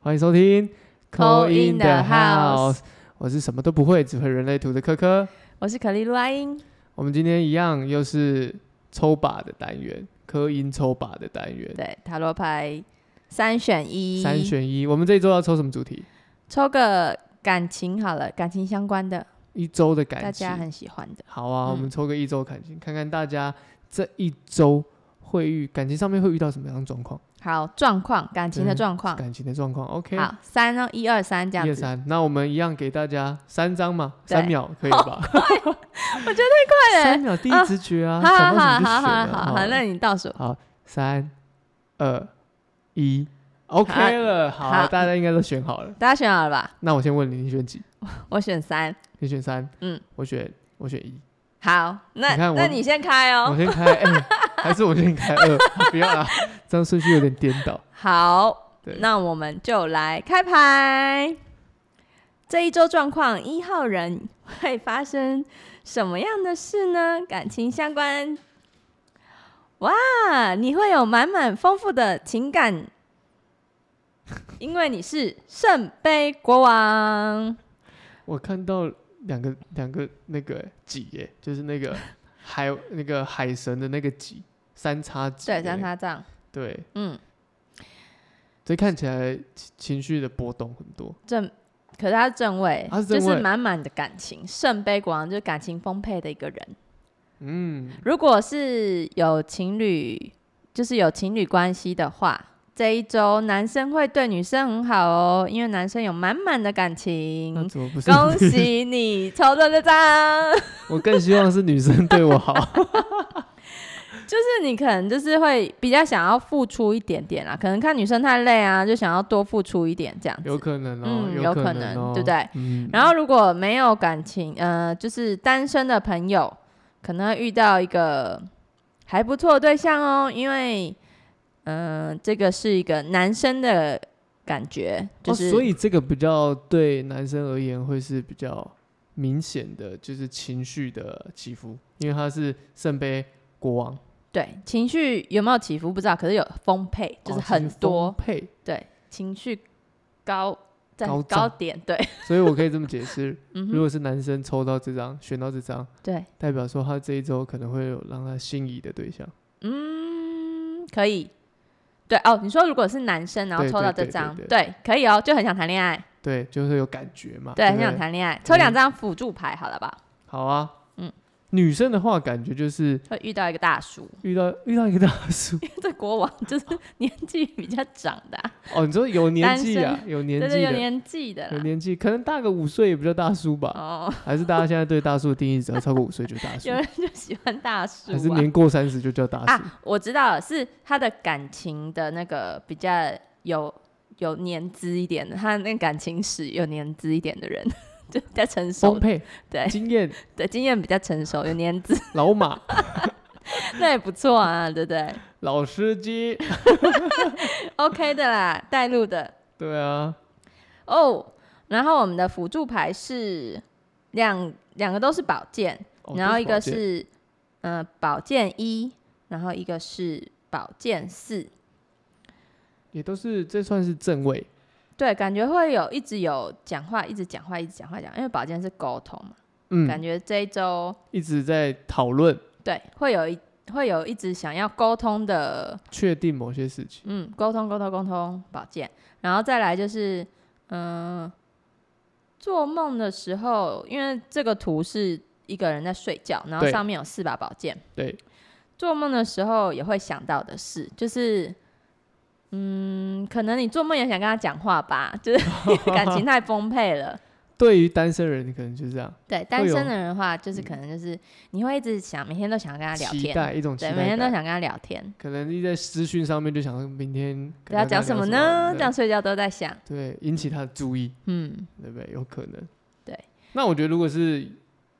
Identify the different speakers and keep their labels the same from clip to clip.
Speaker 1: 欢迎收听
Speaker 2: Call in the house
Speaker 1: 我是什么都不会，只会人类图的科科。
Speaker 2: 我是可丽露阿英，
Speaker 1: 我们今天一样又是抽把的单元，科音抽把的单元，
Speaker 2: 对，塔罗牌三选一，
Speaker 1: 三选一。我们这一周要抽什么主题？
Speaker 2: 抽个感情好了，感情相关的，
Speaker 1: 一周的
Speaker 2: 大
Speaker 1: 感情
Speaker 2: 家。很喜欢的，
Speaker 1: 好啊，
Speaker 2: 嗯
Speaker 1: 我们抽个一周感情，看看大家这一周会遇感情上面会遇到什么样的状况，
Speaker 2: 好状况，感情的状况，
Speaker 1: 嗯感情的状况。OK，
Speaker 2: 好三哦，一二三
Speaker 1: 一
Speaker 2: 这样
Speaker 1: 二
Speaker 2: 子，
Speaker 1: 三，那我们一样给大家三张嘛，
Speaker 2: 对
Speaker 1: 三秒可以吧？
Speaker 2: 我觉得太快
Speaker 1: 三
Speaker 2: 了，
Speaker 1: 秒第
Speaker 2: 啊
Speaker 1: 一直觉啊，
Speaker 2: 好
Speaker 1: 想到啊什
Speaker 2: 好
Speaker 1: 么就选
Speaker 2: 好
Speaker 1: 了
Speaker 2: 好好
Speaker 1: 好
Speaker 2: 好，那你倒数，
Speaker 1: 好，三、二、一，OK 了。好，
Speaker 2: 好
Speaker 1: 大家应该都选好了。
Speaker 2: 大家选好了吧？
Speaker 1: 那我先问你，你选几？
Speaker 2: 我选三，
Speaker 1: 你选三？
Speaker 2: 嗯，
Speaker 1: 我选我选一。
Speaker 2: 好，那
Speaker 1: 你看我
Speaker 2: 那你先开
Speaker 1: 我
Speaker 2: 哦，
Speaker 1: 先开哎，还是我先开二？不 要啦，这样顺序有点颠倒。
Speaker 2: 好
Speaker 1: 对，
Speaker 2: 那我们就来开牌。这一周状况，一号人会发生什么样的事呢？感情相关，哇，你会有满满丰富的情感，因为你是圣杯国王。
Speaker 1: 我看到两个两个那个几耶，就是那 个海那个海神的那个几，三叉戟耶。
Speaker 2: 对，三叉杖，
Speaker 1: 对，
Speaker 2: 嗯，
Speaker 1: 所以看起来情情绪的波动很多。
Speaker 2: 正，可是他是正位，
Speaker 1: 他是正
Speaker 2: 就
Speaker 1: 位
Speaker 2: 是满满的感情。圣杯国王就是感情丰沛的一个人。
Speaker 1: 嗯，
Speaker 2: 如果是有情侣，就是有情侣关系的话，这一周男生会对女生很好哦，因为男生有满满的 感
Speaker 1: 那
Speaker 2: 情。
Speaker 1: 怎么不是？
Speaker 2: 恭喜你抽中这张，
Speaker 1: 我更希望是女生对我好。
Speaker 2: 嗯就是你可能就是会比较想要付出一点点啦，可能看女生太累啊，就想要多付出一点这样
Speaker 1: 有
Speaker 2: 子。
Speaker 1: 可能哦，
Speaker 2: 嗯，
Speaker 1: 有
Speaker 2: 可
Speaker 1: 能
Speaker 2: 能，
Speaker 1: 哦，
Speaker 2: 对不对？
Speaker 1: 嗯，
Speaker 2: 然后如果没有感情，呃，就是单身的朋友，可能会遇到一个还不错的对象哦，因为，嗯、这个是一个男生的感觉，就
Speaker 1: 哦
Speaker 2: 是、
Speaker 1: 所以这个比较对男生而言会是比较明显的，就是情绪的起伏，因为他是圣杯国王，
Speaker 2: 对情绪有没有起伏不知道，可是有丰沛，就是
Speaker 1: 哦
Speaker 2: 很
Speaker 1: 情绪丰
Speaker 2: 多、
Speaker 1: 沛，
Speaker 2: 对情绪高在
Speaker 1: 高
Speaker 2: 高
Speaker 1: 涨
Speaker 2: 点， 对，
Speaker 1: 所以我可以这么解释，
Speaker 2: 嗯
Speaker 1: 如
Speaker 2: 哼，
Speaker 1: 果是男生抽到这张，选到这张，
Speaker 2: 对，
Speaker 1: 代表说他这一周可能会有让他心仪的对象，
Speaker 2: 嗯，可以。对哦，你说如果是男生，然后
Speaker 1: 对
Speaker 2: 抽到
Speaker 1: 对
Speaker 2: 这
Speaker 1: 对
Speaker 2: 张，
Speaker 1: 对
Speaker 2: 对，可以哦，就很想谈恋爱。
Speaker 1: 对，就会有感觉嘛，
Speaker 2: 对，
Speaker 1: 不
Speaker 2: 很想谈恋爱，抽
Speaker 1: 嗯
Speaker 2: 两张辅助牌好了吧？
Speaker 1: 好啊，嗯
Speaker 2: 嗯，
Speaker 1: 女生的话感觉就是
Speaker 2: 会遇到一个大叔，
Speaker 1: 遇到 遇到一个大叔，
Speaker 2: 因为这国王就是 年纪比较长的、啊，
Speaker 1: 哦，你说有年
Speaker 2: 单
Speaker 1: 纪啊，有年
Speaker 2: 对
Speaker 1: 纪
Speaker 2: 对，有
Speaker 1: 的。
Speaker 2: 年纪的
Speaker 1: 有
Speaker 2: 啦。
Speaker 1: 年纪，可能大个五岁也不叫大叔吧？
Speaker 2: 哦，
Speaker 1: 还是大家现在对大叔的定义，只要超过五岁就是大叔
Speaker 2: 有，人就喜欢大叔
Speaker 1: 还是
Speaker 2: 啊。
Speaker 1: 年过三十就叫大叔？
Speaker 2: 啊，我知道了，是他的感情的那个比较有有年资一点的，他那个感情史有年资一点的人， 就比较成熟
Speaker 1: 丰，沛、
Speaker 2: 对
Speaker 1: 经验、
Speaker 2: 对，经验比较成熟，有年资，
Speaker 1: 老马、
Speaker 2: 那也不错啊，对不对
Speaker 1: 老司机，
Speaker 2: ？OK 的啦，带路的。
Speaker 1: 对啊，
Speaker 2: 哦，然后我们的辅助牌是两两个都是宝剑，
Speaker 1: 哦
Speaker 2: 然后一个
Speaker 1: 都保健
Speaker 2: 是呃宝剑一，然后一个是宝剑四。
Speaker 1: 也都是这算是正位，
Speaker 2: 对，感觉会有一直有讲话，一直讲话，一直讲话讲，因为宝剑是沟通嘛，感
Speaker 1: 嗯，
Speaker 2: 觉这一周
Speaker 1: 一直在讨论、
Speaker 2: 对会有一会有一直想要沟通的，
Speaker 1: 确定某些事情，
Speaker 2: 嗯，沟通沟通沟通宝剑，然后再来就是嗯、呃做梦的时候，因为这个图是一个人在睡觉，然后
Speaker 1: 对
Speaker 2: 上面有四把宝剑，
Speaker 1: 对，
Speaker 2: 做梦的时候也会想到的事，就是，嗯，可能你做梦也想跟他讲话吧， 就是感情太丰沛了。
Speaker 1: 对于单身人可能就是这样，
Speaker 2: 对，单身的人的话，就是可能就是你会一直想，每天都想跟他聊
Speaker 1: 期
Speaker 2: 天，
Speaker 1: 待一种期
Speaker 2: 对，每天
Speaker 1: 待感，
Speaker 2: 都想跟他聊天，
Speaker 1: 可能一在资讯上面就想明天
Speaker 2: 对，要讲什么呢？这样，睡觉都在想，
Speaker 1: 对，引起他的注意，
Speaker 2: 嗯，
Speaker 1: 对不对？有可能。
Speaker 2: 对。
Speaker 1: 那我觉得，如果是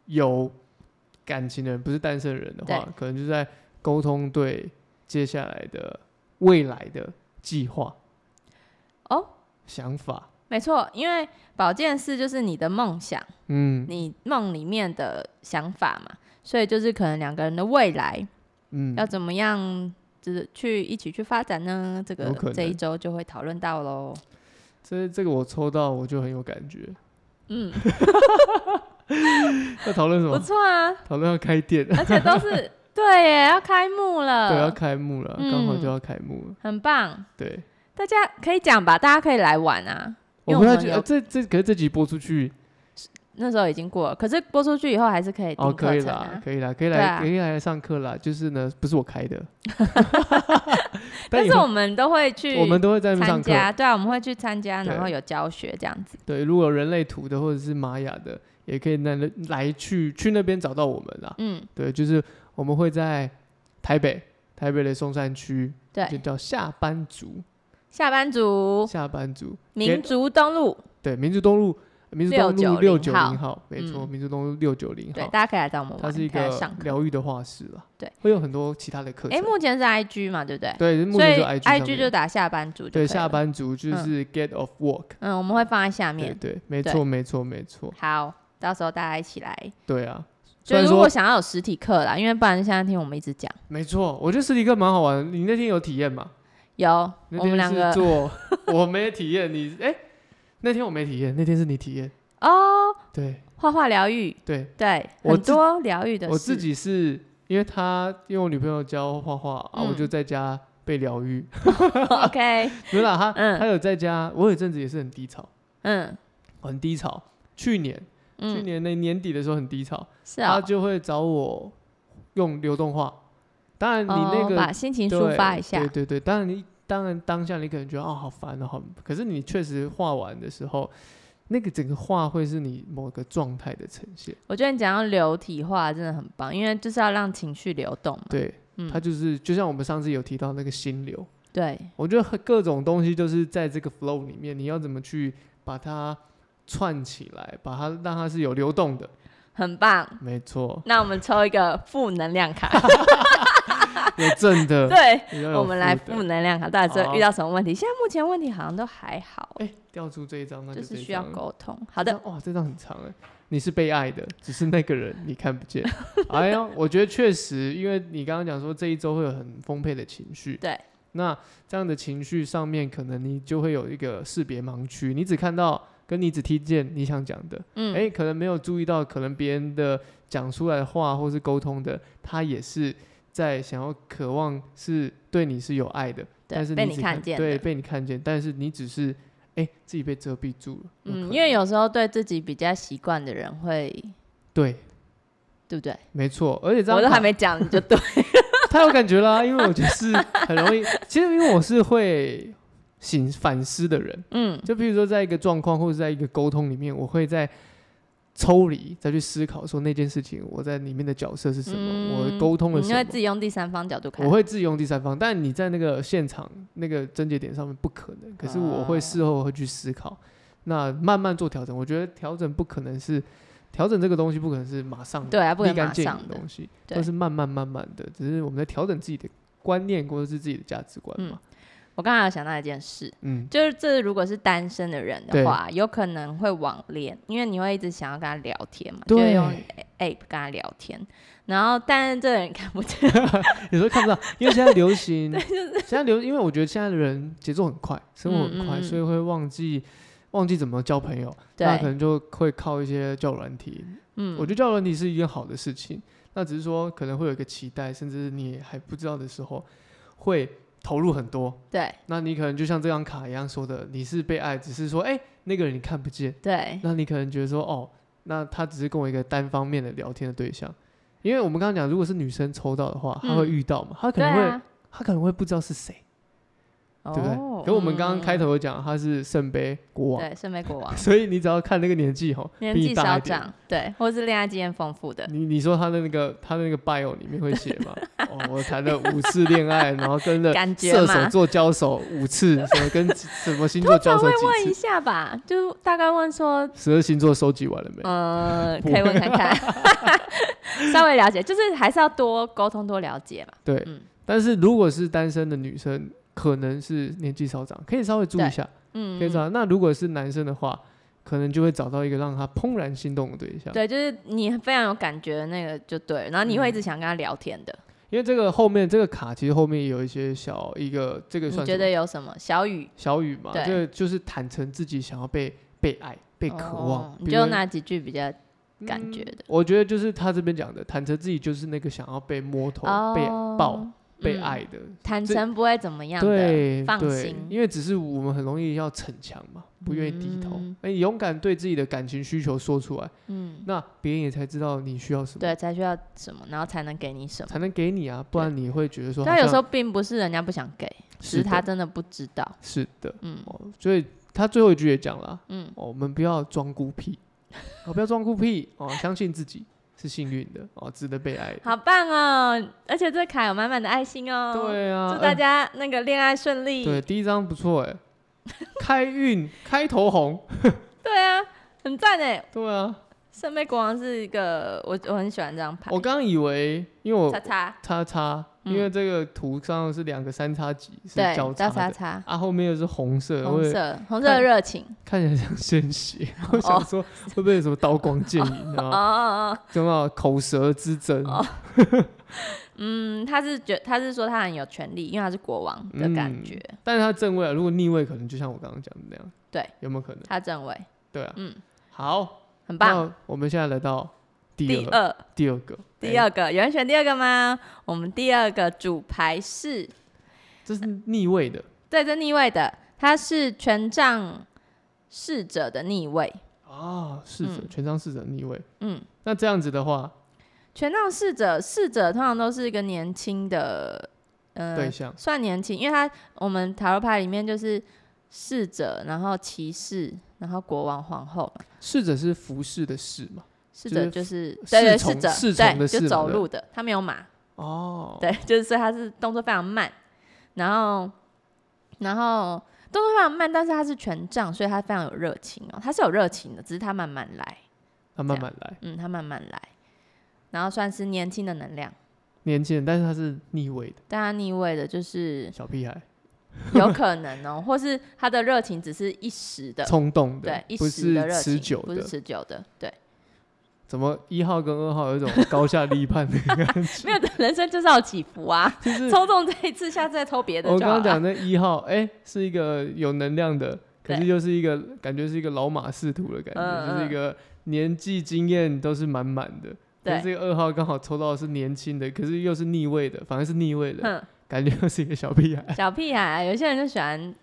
Speaker 1: 有感情的人，不是单身人的话，可能就在沟通对接下来的未来的计划、
Speaker 2: 哦，
Speaker 1: 想法。
Speaker 2: 没错，因为保健室就是你的梦想，
Speaker 1: 嗯
Speaker 2: 你梦里面的想法嘛，所以就是可能两个人的未来
Speaker 1: 嗯，
Speaker 2: 要怎么样，就是去一起去发展呢？这
Speaker 1: 有
Speaker 2: 个
Speaker 1: 可能
Speaker 2: 这一周就会讨论到喽。
Speaker 1: 这这个我抽到我就很有感觉。
Speaker 2: 嗯，
Speaker 1: 要讨论什
Speaker 2: 不
Speaker 1: 么？
Speaker 2: 错啊，
Speaker 1: 讨论要开 店，
Speaker 2: 而且 都是对耶，要开幕了，
Speaker 1: 对，要开幕了，刚好
Speaker 2: 嗯
Speaker 1: 就要开幕了。
Speaker 2: 很棒，
Speaker 1: 对，
Speaker 2: 大家可以讲吧，大家可以来玩啊。因为
Speaker 1: 我不
Speaker 2: 我
Speaker 1: 太
Speaker 2: 们
Speaker 1: 觉得、
Speaker 2: 有
Speaker 1: 啊这这，可是这集播出去
Speaker 2: 那时候已经过了，可是播出去以后还是可以
Speaker 1: 哦，
Speaker 2: 订
Speaker 1: 可
Speaker 2: 课
Speaker 1: 以
Speaker 2: 程
Speaker 1: 啦
Speaker 2: 啊，。
Speaker 1: 可以啦，可以
Speaker 2: 对
Speaker 1: 来，
Speaker 2: 啊
Speaker 1: 可以来上课啦。就是呢，不是我开 的，
Speaker 2: 但
Speaker 1: 以
Speaker 2: 是
Speaker 1: 后
Speaker 2: 我们都会去
Speaker 1: 我们都会在那边上
Speaker 2: 参
Speaker 1: 课。
Speaker 2: 加，对啊，我们会去参加，
Speaker 1: 对
Speaker 2: 然后有教学这样子。
Speaker 1: 对，如果有人类图的或者是玛雅的，也可以那来去去那边找到我们啦。
Speaker 2: 嗯，
Speaker 1: 对，就是我们会在台北，台北的松山区，就
Speaker 2: 对，哦
Speaker 1: 叫下班族，
Speaker 2: 下班族
Speaker 1: 下班族，
Speaker 2: 民族东路，
Speaker 1: 对，民族东路，民族东路六九
Speaker 2: 690
Speaker 1: 零号，没错，
Speaker 2: 嗯
Speaker 1: 民族东路六九零
Speaker 2: 对，
Speaker 1: 号，
Speaker 2: 大家可以来找我们玩，
Speaker 1: 它是一
Speaker 2: 可以
Speaker 1: 个
Speaker 2: 来上课。
Speaker 1: 疗愈的画室啦，
Speaker 2: 对，
Speaker 1: 会有很多其他的课
Speaker 2: 哎，
Speaker 1: 程，
Speaker 2: 目前是 IG 嘛，对不对？
Speaker 1: 对，目
Speaker 2: 所
Speaker 1: 前就
Speaker 2: 以
Speaker 1: IG 上
Speaker 2: IG
Speaker 1: 面
Speaker 2: 就打下班族就可以
Speaker 1: 对
Speaker 2: 了
Speaker 1: 下。班族就
Speaker 2: 嗯
Speaker 1: 是 get off work，
Speaker 2: 嗯，我们会放在下
Speaker 1: 对
Speaker 2: 面。
Speaker 1: 对，没
Speaker 2: 对
Speaker 1: 错没错没错，
Speaker 2: 好，到时候大家一起来。
Speaker 1: 对啊，虽
Speaker 2: 就
Speaker 1: 然
Speaker 2: 如果
Speaker 1: 说
Speaker 2: 想要有实体课啦，因为不然现在听我们一直讲，
Speaker 1: 没错，我觉得实体课蛮好玩的，你那天有体验吗？
Speaker 2: 有
Speaker 1: 那
Speaker 2: 我们
Speaker 1: 天
Speaker 2: 两个
Speaker 1: 是做，我没体验，你哎、那天我没体验，那天是你体验，
Speaker 2: 哦，
Speaker 1: 对
Speaker 2: 画画疗愈，
Speaker 1: 对，
Speaker 2: 对，
Speaker 1: 我
Speaker 2: 很
Speaker 1: 自
Speaker 2: 多疗愈的事。
Speaker 1: 我自己是因为他因为我女朋友教画画啊，我
Speaker 2: 嗯
Speaker 1: 就在家被疗愈，
Speaker 2: OK，
Speaker 1: 没有啦，他、
Speaker 2: 嗯
Speaker 1: 他有在家，我有一阵子也是很低潮，
Speaker 2: 嗯
Speaker 1: 很低潮，去年、去
Speaker 2: 嗯，
Speaker 1: 年那年底的时候很低潮，
Speaker 2: 是
Speaker 1: 他
Speaker 2: 啊，
Speaker 1: 就会找我用流动画，当然你那
Speaker 2: 哦
Speaker 1: 个、
Speaker 2: 把心情
Speaker 1: 对
Speaker 2: 抒发一下
Speaker 1: 对，对对，当然你当然当下你可能觉得哦好烦哦好，可是你确实画完的时候，那个整个画会是你某个状态的呈现。
Speaker 2: 我觉得你讲到流体化真的很棒，因为就是要让情绪流动嘛。
Speaker 1: 对，
Speaker 2: 嗯
Speaker 1: 它就是就像我们上次有提到那个心流，
Speaker 2: 对，
Speaker 1: 我觉得各种东西就是在这个 flow 里面，你要怎么去把它串起来，把它让它是有流动的。
Speaker 2: 很棒。，
Speaker 1: 没错
Speaker 2: 那我们抽一个负能量卡，
Speaker 1: 有正的，
Speaker 2: 对，
Speaker 1: 也要有
Speaker 2: 我们来
Speaker 1: 哎负
Speaker 2: 负
Speaker 1: 的。
Speaker 2: 能量卡，到底
Speaker 1: 好
Speaker 2: 这遇到什么问题？现在目前问题好像都还好，
Speaker 1: 哎，调出这一张，那
Speaker 2: 就是
Speaker 1: 这一
Speaker 2: 需要
Speaker 1: 张
Speaker 2: 沟通。好的，
Speaker 1: 这张哇，这张很长哎，你是被爱的，只是那个人你看不 见。哎呀，我觉得确实，因为你刚刚讲说这一周会有很丰沛的情绪，
Speaker 2: 对，
Speaker 1: 那这样的情绪上面，可能你就会有一个识别盲区，你只看到跟你只听见你想讲的，哎、
Speaker 2: 嗯，
Speaker 1: 可能没有注意到，可能别人的讲出来的话或是沟通的，他也是在想要渴望是对你是有爱的，但是
Speaker 2: 对，被
Speaker 1: 你
Speaker 2: 你
Speaker 1: 只
Speaker 2: 看见
Speaker 1: 对，
Speaker 2: 的，
Speaker 1: 被你看见，但是你只是哎、自己被遮蔽住了，有
Speaker 2: 嗯，
Speaker 1: 可
Speaker 2: 因
Speaker 1: 能
Speaker 2: 为有时候对自己比较习惯的人会，
Speaker 1: 对。
Speaker 2: 对不对？
Speaker 1: 没错，而且这张
Speaker 2: 我都
Speaker 1: 卡
Speaker 2: 还没讲你就 对，
Speaker 1: 太有感觉啦、因为我就是很容易，其实因为我是会醒反思的人，
Speaker 2: 嗯，
Speaker 1: 就比如说在一个状况或者在一个沟通里面，我会在抽离再去思考说那件事情我在里面的角色是什么，我
Speaker 2: 嗯
Speaker 1: 沟通了
Speaker 2: 你
Speaker 1: 什
Speaker 2: 会
Speaker 1: 么，
Speaker 2: 自己用第三方角度看，
Speaker 1: 我会自己用第三方，但你在那个现场那个症结点上面不可能，可是我会
Speaker 2: 哦
Speaker 1: 事后会去思考，那慢慢做调整。我觉得调整不可能是调整这个东西，不可能是马上
Speaker 2: 对啊，不
Speaker 1: 立
Speaker 2: 能
Speaker 1: 竿
Speaker 2: 马
Speaker 1: 见影
Speaker 2: 上
Speaker 1: 的
Speaker 2: 的
Speaker 1: 东，西，
Speaker 2: 对
Speaker 1: 都是慢慢慢慢的，只是我们在调整自己的观念或者是自己的价值观嘛。
Speaker 2: 我刚才有想到一件事，
Speaker 1: 嗯，
Speaker 2: 就是这如果是单身的人
Speaker 1: 对
Speaker 2: 的话，有可能会网恋，因为你会一直想要跟他聊天嘛，就会
Speaker 1: 对，
Speaker 2: 用 app 跟他聊天，然后但是这个人看不见，
Speaker 1: 有时候看不到，因为现在流 行，现在流，因为我觉得现在的人节奏很快，生活很快，
Speaker 2: 嗯嗯嗯
Speaker 1: 所以会忘记忘记怎么交朋友， 那可
Speaker 2: 对，
Speaker 1: 能就会靠一些交友软体。我
Speaker 2: 嗯，
Speaker 1: 觉得交友软体是一件好的事情，那只是说可能会有一个期待，甚至你也还不知道的时候，会投入很多。
Speaker 2: 对
Speaker 1: 那你可能就像这张卡一样说的，你是被爱，只是说，哎、那个人你看不见，
Speaker 2: 对，
Speaker 1: 那你可能觉得说，哦，那他只是跟我一个单方面的聊天的对象，因为我们刚刚讲，如果是女生抽到的话，她会
Speaker 2: 嗯
Speaker 1: 遇到嘛，她可
Speaker 2: 对
Speaker 1: 能会，
Speaker 2: 啊，哦
Speaker 1: 她可能会不知道是谁，
Speaker 2: 对
Speaker 1: 对不对？可我们刚刚开头有讲，她是圣杯国王，。
Speaker 2: 嗯对，圣杯国 王
Speaker 1: 所以你只要看那个年纪吼，
Speaker 2: 年
Speaker 1: 比你
Speaker 2: 纪
Speaker 1: 大
Speaker 2: 稍
Speaker 1: 一点
Speaker 2: 长，对，或是恋爱经验丰富的，
Speaker 1: 你你说他的那个他的那个 bio 里面会写吗？ 哦，我谈了五次恋爱，然后跟了
Speaker 2: 感觉
Speaker 1: 呃射
Speaker 2: 嘛
Speaker 1: 手座交手五次，什么跟什么星座
Speaker 2: 通
Speaker 1: 交
Speaker 2: 常
Speaker 1: 手
Speaker 2: 会
Speaker 1: 几
Speaker 2: 问一
Speaker 1: 次，
Speaker 2: 下吧，就大概问说，
Speaker 1: 十二星座收集完了没？
Speaker 2: 呃，
Speaker 1: 不
Speaker 2: 可以问看 看，稍微了解，就是还是要多沟通、多了解嘛。
Speaker 1: 对，
Speaker 2: 嗯
Speaker 1: 但是如果是单身的女生，可能是年纪稍长，可以稍微注意一下，
Speaker 2: 嗯，
Speaker 1: 可以找。那如果是男生的话，可能就会找到一个让他怦然心动的对象。
Speaker 2: 对，就是你非常有感觉的那个就对了，然后你会一直想跟他聊天的，
Speaker 1: 因为这个后面这个卡其实后面也有一些小一个这个
Speaker 2: 你
Speaker 1: 算
Speaker 2: 觉
Speaker 1: 什
Speaker 2: 得
Speaker 1: 么
Speaker 2: 有什么？小雨
Speaker 1: 小雨嘛，
Speaker 2: 对
Speaker 1: 这个就是坦诚自己想要被被爱、被渴望
Speaker 2: 哦。
Speaker 1: 比如
Speaker 2: 你就
Speaker 1: 说嗯
Speaker 2: 哪几句比较感觉的？
Speaker 1: 我觉得就是他这边讲的，坦诚自己就是那个想要被摸头、被抱、
Speaker 2: 哦
Speaker 1: 被
Speaker 2: 嗯
Speaker 1: 爱的，
Speaker 2: 坦
Speaker 1: 这
Speaker 2: 诚不会怎么样的，
Speaker 1: 对
Speaker 2: 放
Speaker 1: 对
Speaker 2: 心，
Speaker 1: 因为只是我们很容易要逞强嘛，不愿意低头。哎、
Speaker 2: 嗯
Speaker 1: 勇敢对自己的感情需求说出来，
Speaker 2: 嗯，
Speaker 1: 那别人也才知道你需要什么，
Speaker 2: 对，才需要什么，然后才能给你什么。
Speaker 1: 才能给你啊，不然你会觉得说好
Speaker 2: 但
Speaker 1: 像，
Speaker 2: 有时候并不是人家不想给，只
Speaker 1: 是
Speaker 2: 是他
Speaker 1: 的
Speaker 2: 真的不知道。
Speaker 1: 是的，
Speaker 2: 嗯
Speaker 1: 哦，所以他最后一句也讲了啊、
Speaker 2: 嗯，
Speaker 1: 哦，我们不要装孤僻，哦，不要装孤僻，哦，相信自己是幸运的，哦，值得被爱的。
Speaker 2: 好棒哦！而且这卡有满满的爱心哦。，
Speaker 1: 对啊，
Speaker 2: 祝大
Speaker 1: 哎
Speaker 2: 家那个恋爱顺利。
Speaker 1: 对，第一张不错哎，开运开头红，
Speaker 2: 对啊，很赞哎！
Speaker 1: 对啊，
Speaker 2: 圣杯国王是一个我我很喜欢这张牌。
Speaker 1: 我刚刚以为因为我
Speaker 2: 叉叉，
Speaker 1: 叉叉，因为这个图上是两个三叉戟是
Speaker 2: 对，
Speaker 1: 交
Speaker 2: 交
Speaker 1: 叉
Speaker 2: 叉
Speaker 1: 的，
Speaker 2: 叉，
Speaker 1: 啊后面又是红色，
Speaker 2: 红
Speaker 1: 我也
Speaker 2: 色，红色的热情。
Speaker 1: 看起来像鲜血，我想说会不会有什么刀光剑影
Speaker 2: 哦
Speaker 1: 啊，
Speaker 2: 哦哦，
Speaker 1: 什么口舌之争
Speaker 2: 哦嗯，他是觉他是说他很有权利，因为他是国王的感
Speaker 1: 嗯
Speaker 2: 觉。
Speaker 1: 但是它正位啊，如果逆位可能就像我刚刚讲的那样，
Speaker 2: 对，
Speaker 1: 有没有可能？
Speaker 2: 他正位
Speaker 1: 对啊，
Speaker 2: 嗯，
Speaker 1: 好，
Speaker 2: 很棒。
Speaker 1: 那我们现在来到第
Speaker 2: 第
Speaker 1: 二
Speaker 2: 二，
Speaker 1: 第二个
Speaker 2: 第，
Speaker 1: 哎
Speaker 2: 二个有人选第二个吗？我们第二个主牌是
Speaker 1: 这是逆位的
Speaker 2: 对，这逆位的，它是权杖侍者的逆位。
Speaker 1: 啊，侍者
Speaker 2: 嗯
Speaker 1: 权杖侍者逆位，
Speaker 2: 嗯，
Speaker 1: 那这样子的话，
Speaker 2: 权杖侍者，侍者通常都是一个年轻的，嗯、
Speaker 1: 对象
Speaker 2: 算年轻，因为他我们塔罗牌里面就是侍者，然后骑士，然后国王、皇后嘛。
Speaker 1: 侍者是服侍的侍嘛，
Speaker 2: 侍者
Speaker 1: 就
Speaker 2: 就是
Speaker 1: 侍
Speaker 2: 对对
Speaker 1: 从
Speaker 2: 侍者，
Speaker 1: 侍从
Speaker 2: 对
Speaker 1: 的侍
Speaker 2: 就
Speaker 1: 嘛
Speaker 2: 走
Speaker 1: 对
Speaker 2: 路的，他没有马，
Speaker 1: 哦，
Speaker 2: 对，就是所以他是动作非常慢，然后然后动作非常慢，但是他是权杖，所以他非常有热情哦，他是有热情的，只是他慢慢来。
Speaker 1: 他慢慢来，
Speaker 2: 嗯，他慢慢来，然后算是年轻的能量。
Speaker 1: 年轻人，但是他是逆位的
Speaker 2: 但他逆位 的就是
Speaker 1: 小屁孩，
Speaker 2: 有可能哦，或是他的热情只是一时的，
Speaker 1: 冲动的
Speaker 2: 对，，一
Speaker 1: 不
Speaker 2: 时的
Speaker 1: 是
Speaker 2: 热情，
Speaker 1: 持久
Speaker 2: 不是
Speaker 1: 的。
Speaker 2: 持久的， 对，
Speaker 1: 怎么一号跟二号有一种高下立判的感
Speaker 2: 没
Speaker 1: 觉？
Speaker 2: 有的人生就是要起伏啊，
Speaker 1: 就是
Speaker 2: 抽中这一次，下次再抽别的
Speaker 1: 我
Speaker 2: 就
Speaker 1: 刚
Speaker 2: 好
Speaker 1: 刚
Speaker 2: 了。
Speaker 1: 讲那一号，哎，是一个有能量的，可是
Speaker 2: 对
Speaker 1: 又是一个感觉是一个老马仕途的感觉，
Speaker 2: 嗯
Speaker 1: 就是一
Speaker 2: 嗯
Speaker 1: 个年纪经验都是满满的。可是
Speaker 2: 对，
Speaker 1: 这个二号刚好抽到的是年轻的，可是又是逆位的，反而是逆位的，
Speaker 2: 哼，
Speaker 1: 感觉又是一个小屁 孩，
Speaker 2: 小屁孩啊，有些人就喜欢，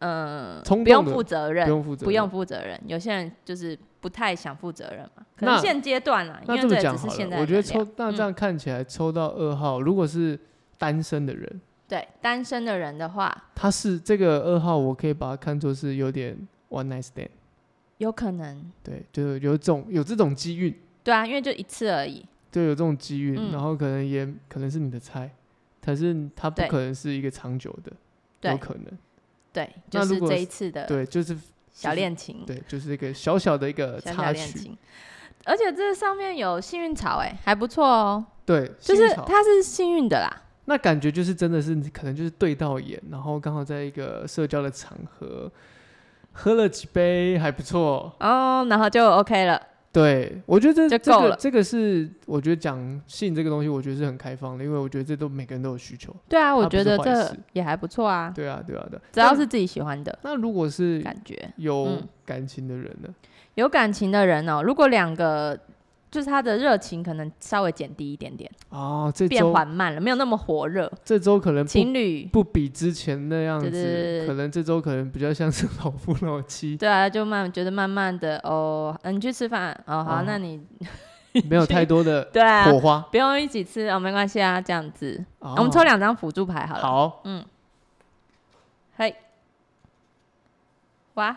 Speaker 2: 嗯、
Speaker 1: 冲
Speaker 2: 不用
Speaker 1: 动的
Speaker 2: 负责
Speaker 1: 不
Speaker 2: 任，
Speaker 1: 用负责，
Speaker 2: 不用。负责任。有些人就是不太想负责任嘛，可
Speaker 1: 那
Speaker 2: 能现阶段啦，因
Speaker 1: 那
Speaker 2: 为
Speaker 1: 这么
Speaker 2: 也
Speaker 1: 讲
Speaker 2: 只
Speaker 1: 好
Speaker 2: 是现在
Speaker 1: 了，
Speaker 2: 的嗯
Speaker 1: 我觉得
Speaker 2: 能量
Speaker 1: 抽那这样看起来抽到二号，如果是单身的人，
Speaker 2: 对单身的人的话，
Speaker 1: 他是这个二号，我可以把它看作是有点 one night stand，
Speaker 2: 有可能，
Speaker 1: 对，就是有这种有这种机运，
Speaker 2: 对啊，因为就一次而已，
Speaker 1: 就有这种机运，
Speaker 2: 嗯
Speaker 1: 然后可能也可能是你的菜，可是他不
Speaker 2: 对
Speaker 1: 可能是一个长久的，有
Speaker 2: 对呃
Speaker 1: 可能，
Speaker 2: 对，
Speaker 1: 那
Speaker 2: 就
Speaker 1: 如
Speaker 2: 是
Speaker 1: 果
Speaker 2: 这
Speaker 1: 是
Speaker 2: 一次的
Speaker 1: 对，就是
Speaker 2: 小恋情，
Speaker 1: 对，就是一个小小的一个
Speaker 2: 小小
Speaker 1: 插
Speaker 2: 恋
Speaker 1: 曲，
Speaker 2: 情。而且这上面有幸运草，哎，还不错哦，
Speaker 1: 对，
Speaker 2: 就是
Speaker 1: 新潮
Speaker 2: 它是幸运的啦，
Speaker 1: 那感觉就是真的是可能就是对到眼，然后刚好在一个社交的场合。喝了几杯还不错，
Speaker 2: 哦，然后就 OK 了，
Speaker 1: 对，我觉得这
Speaker 2: 就
Speaker 1: 这
Speaker 2: 够
Speaker 1: 个
Speaker 2: 了
Speaker 1: 这个是我觉得讲性这个东西，我觉得是很开放的，因为我觉得这都每个人都有需求。
Speaker 2: 对啊，我
Speaker 1: 它不
Speaker 2: 觉
Speaker 1: 是
Speaker 2: 得
Speaker 1: 坏
Speaker 2: 这
Speaker 1: 事
Speaker 2: 也还不错啊，
Speaker 1: 对啊，对啊，对啊。
Speaker 2: 只要
Speaker 1: 那
Speaker 2: 是自己喜欢的
Speaker 1: 那如果是
Speaker 2: 感觉，
Speaker 1: 有
Speaker 2: 嗯
Speaker 1: 感情的人呢？
Speaker 2: 有感情的人哦，如果两个就是他的热情可能稍微减低一点点，
Speaker 1: 哦，这
Speaker 2: 变
Speaker 1: 周
Speaker 2: 缓慢了，没有那么火热，
Speaker 1: 这周可能不
Speaker 2: 情侣
Speaker 1: 不比之前那样
Speaker 2: 对对对
Speaker 1: 子，
Speaker 2: 对
Speaker 1: 可能这周可能比较像是老夫老妻，
Speaker 2: 对啊，就慢觉得慢慢的哦，嗯，你去吃饭哦，好，
Speaker 1: 哦
Speaker 2: 那你
Speaker 1: 没有太多的
Speaker 2: 对啊，
Speaker 1: 火花。
Speaker 2: 不用一起吃哦，没关系啊，这样子，
Speaker 1: 哦
Speaker 2: 我们抽两张辅助牌好了。，
Speaker 1: 好，
Speaker 2: 嘿，哇，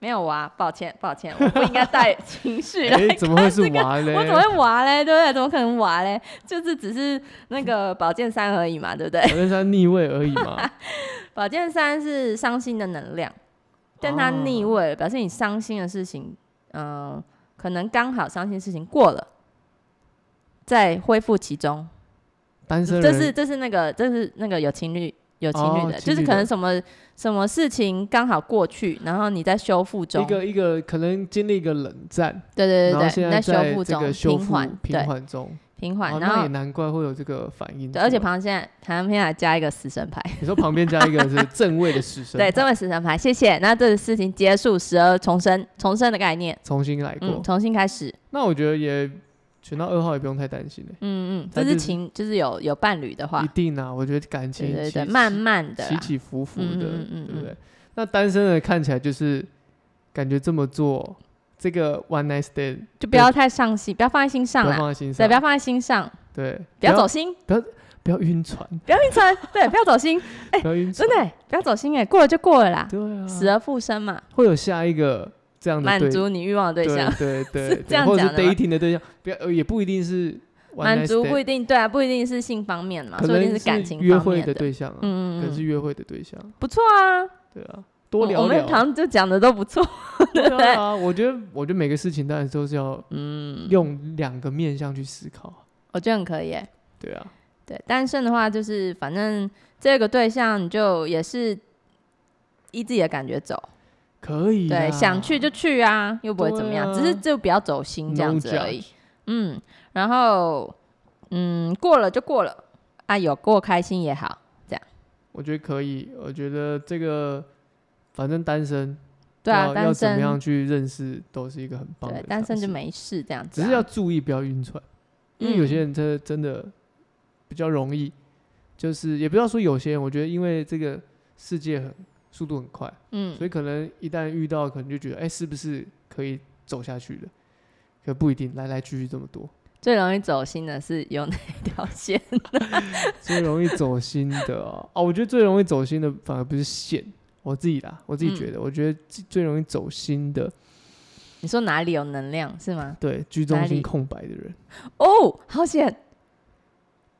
Speaker 2: 没有娃，抱歉，抱歉，我不应该 带情绪来
Speaker 1: 哎，
Speaker 2: 看
Speaker 1: 怎么会是
Speaker 2: 这个？
Speaker 1: 娃嘞？
Speaker 2: 我怎 么会娃嘞？对不对？怎么可能娃嘞？就是只是那个宝剑三而已嘛，对不对？
Speaker 1: 我跟他逆位而已 嘛。
Speaker 2: 宝剑三是伤心的能量，但它
Speaker 1: 哦
Speaker 2: 逆位了，表示你伤心的事情，嗯、可能刚好伤心的事情过了，再恢复其中。
Speaker 1: 单身
Speaker 2: 这是
Speaker 1: 人
Speaker 2: 这是那个这是那个有情侣有情侣
Speaker 1: 哦
Speaker 2: 的，
Speaker 1: 情侣
Speaker 2: 就是可
Speaker 1: 的
Speaker 2: 能什么什么事情刚好过去，然后你在修复中
Speaker 1: 一，个一个可能经历一个冷战，
Speaker 2: 对对
Speaker 1: 然后
Speaker 2: 对
Speaker 1: 现
Speaker 2: 对，你
Speaker 1: 在
Speaker 2: 修
Speaker 1: 在
Speaker 2: 复
Speaker 1: 这
Speaker 2: 中
Speaker 1: 个修
Speaker 2: 平
Speaker 1: 复
Speaker 2: 缓，
Speaker 1: 平
Speaker 2: 对，
Speaker 1: 缓中，
Speaker 2: 平缓，
Speaker 1: 哦
Speaker 2: 然
Speaker 1: 那也
Speaker 2: 后
Speaker 1: 难怪会有这个反应出
Speaker 2: 对
Speaker 1: 来。
Speaker 2: 而且旁边旁边还加一个死神牌，
Speaker 1: 你说旁边加一个是正位的死神牌，
Speaker 2: 对，这位死神牌，谢谢。那这个事情结束，时而重生，重生的概念，
Speaker 1: 重新来过。
Speaker 2: 嗯，重新开始，
Speaker 1: 那我觉得也选到二号也不用太担心了，
Speaker 2: 嗯嗯，
Speaker 1: 但
Speaker 2: 这是
Speaker 1: 就是
Speaker 2: 情，就是有有伴侣的话
Speaker 1: 一，定啊，我觉得感情
Speaker 2: 对对
Speaker 1: 起
Speaker 2: 对，慢慢的
Speaker 1: 起
Speaker 2: 啦，
Speaker 1: 起伏伏的，
Speaker 2: 嗯嗯嗯嗯
Speaker 1: 对不对？那单身的看起来就是感觉这么做，这个 one night stand
Speaker 2: 就不要太上心，不要放在心上
Speaker 1: 不要
Speaker 2: 啦，
Speaker 1: 放在心
Speaker 2: 对，
Speaker 1: 上，
Speaker 2: 不要放在心上，
Speaker 1: 对，
Speaker 2: 不要走心，
Speaker 1: 不要晕船，
Speaker 2: 不要晕 船，对，不要走心，哎
Speaker 1: 不要晕船，
Speaker 2: 真的欸不要走心哎，过了就过了啦，
Speaker 1: 对啊，
Speaker 2: 死而复生嘛，
Speaker 1: 会有下一个这样的
Speaker 2: 满
Speaker 1: 对
Speaker 2: 足你欲望的对象，
Speaker 1: 对 对
Speaker 2: 是
Speaker 1: 对
Speaker 2: 这样
Speaker 1: 或者是
Speaker 2: 讲的吗
Speaker 1: dating 的对象，不要呃也不一定是 one
Speaker 2: 满
Speaker 1: night
Speaker 2: 足
Speaker 1: stand，
Speaker 2: 不一定对啊，不一定是性方面嘛，
Speaker 1: 可
Speaker 2: 说不定
Speaker 1: 能
Speaker 2: 感情
Speaker 1: 约
Speaker 2: 方
Speaker 1: 会
Speaker 2: 面
Speaker 1: 的，对象啊，可
Speaker 2: 嗯嗯
Speaker 1: 能是
Speaker 2: 嗯，
Speaker 1: 约会的对象，
Speaker 2: 不错啊，
Speaker 1: 对啊，多
Speaker 2: 我
Speaker 1: 聊
Speaker 2: 我们
Speaker 1: 聊
Speaker 2: 好像就讲的都不错，
Speaker 1: 对啊，我觉得我觉得每个事情当然都是要
Speaker 2: 嗯，
Speaker 1: 用两个面向去思考啊，
Speaker 2: 我觉得很可以欸
Speaker 1: 对啊，
Speaker 2: 对，单身的话就是反正这个对象你就也是依自己的感觉走，
Speaker 1: 可以啊，
Speaker 2: 对，想去就去啊，又不会
Speaker 1: 对
Speaker 2: 怎么样，
Speaker 1: 啊
Speaker 2: 只是就不要走心这样
Speaker 1: No
Speaker 2: 子而已。嗯，然后嗯，过了就过了啊，有过开心也好，
Speaker 1: 我觉得可以，我觉得这个反正单身，
Speaker 2: 对啊，
Speaker 1: 要
Speaker 2: 单
Speaker 1: 要怎么
Speaker 2: 身
Speaker 1: 样去认识都是一个很棒的尝
Speaker 2: 对
Speaker 1: 试，
Speaker 2: 单身就没事这样子
Speaker 1: 只
Speaker 2: 啊、嗯
Speaker 1: 是要注意不要晕船，因为有些人真的真的比较容易，就是也不要说有些人，我觉得因为这个世界很速度很快，
Speaker 2: 嗯
Speaker 1: 所以可能一旦遇到，可能就觉得哎、是不是可以走下去的？可不一定，来来去去这么多，
Speaker 2: 最容易走心的是有哪一条线？
Speaker 1: 最容易走心的哦啊，我觉得最容易走心的反而不是线，我自己啦，我自己觉
Speaker 2: 嗯
Speaker 1: 得，我觉得最最容易走心的，
Speaker 2: 你说哪里有能量是吗？
Speaker 1: 对居中
Speaker 2: 哪里
Speaker 1: 心空白的人，
Speaker 2: 哦，好险，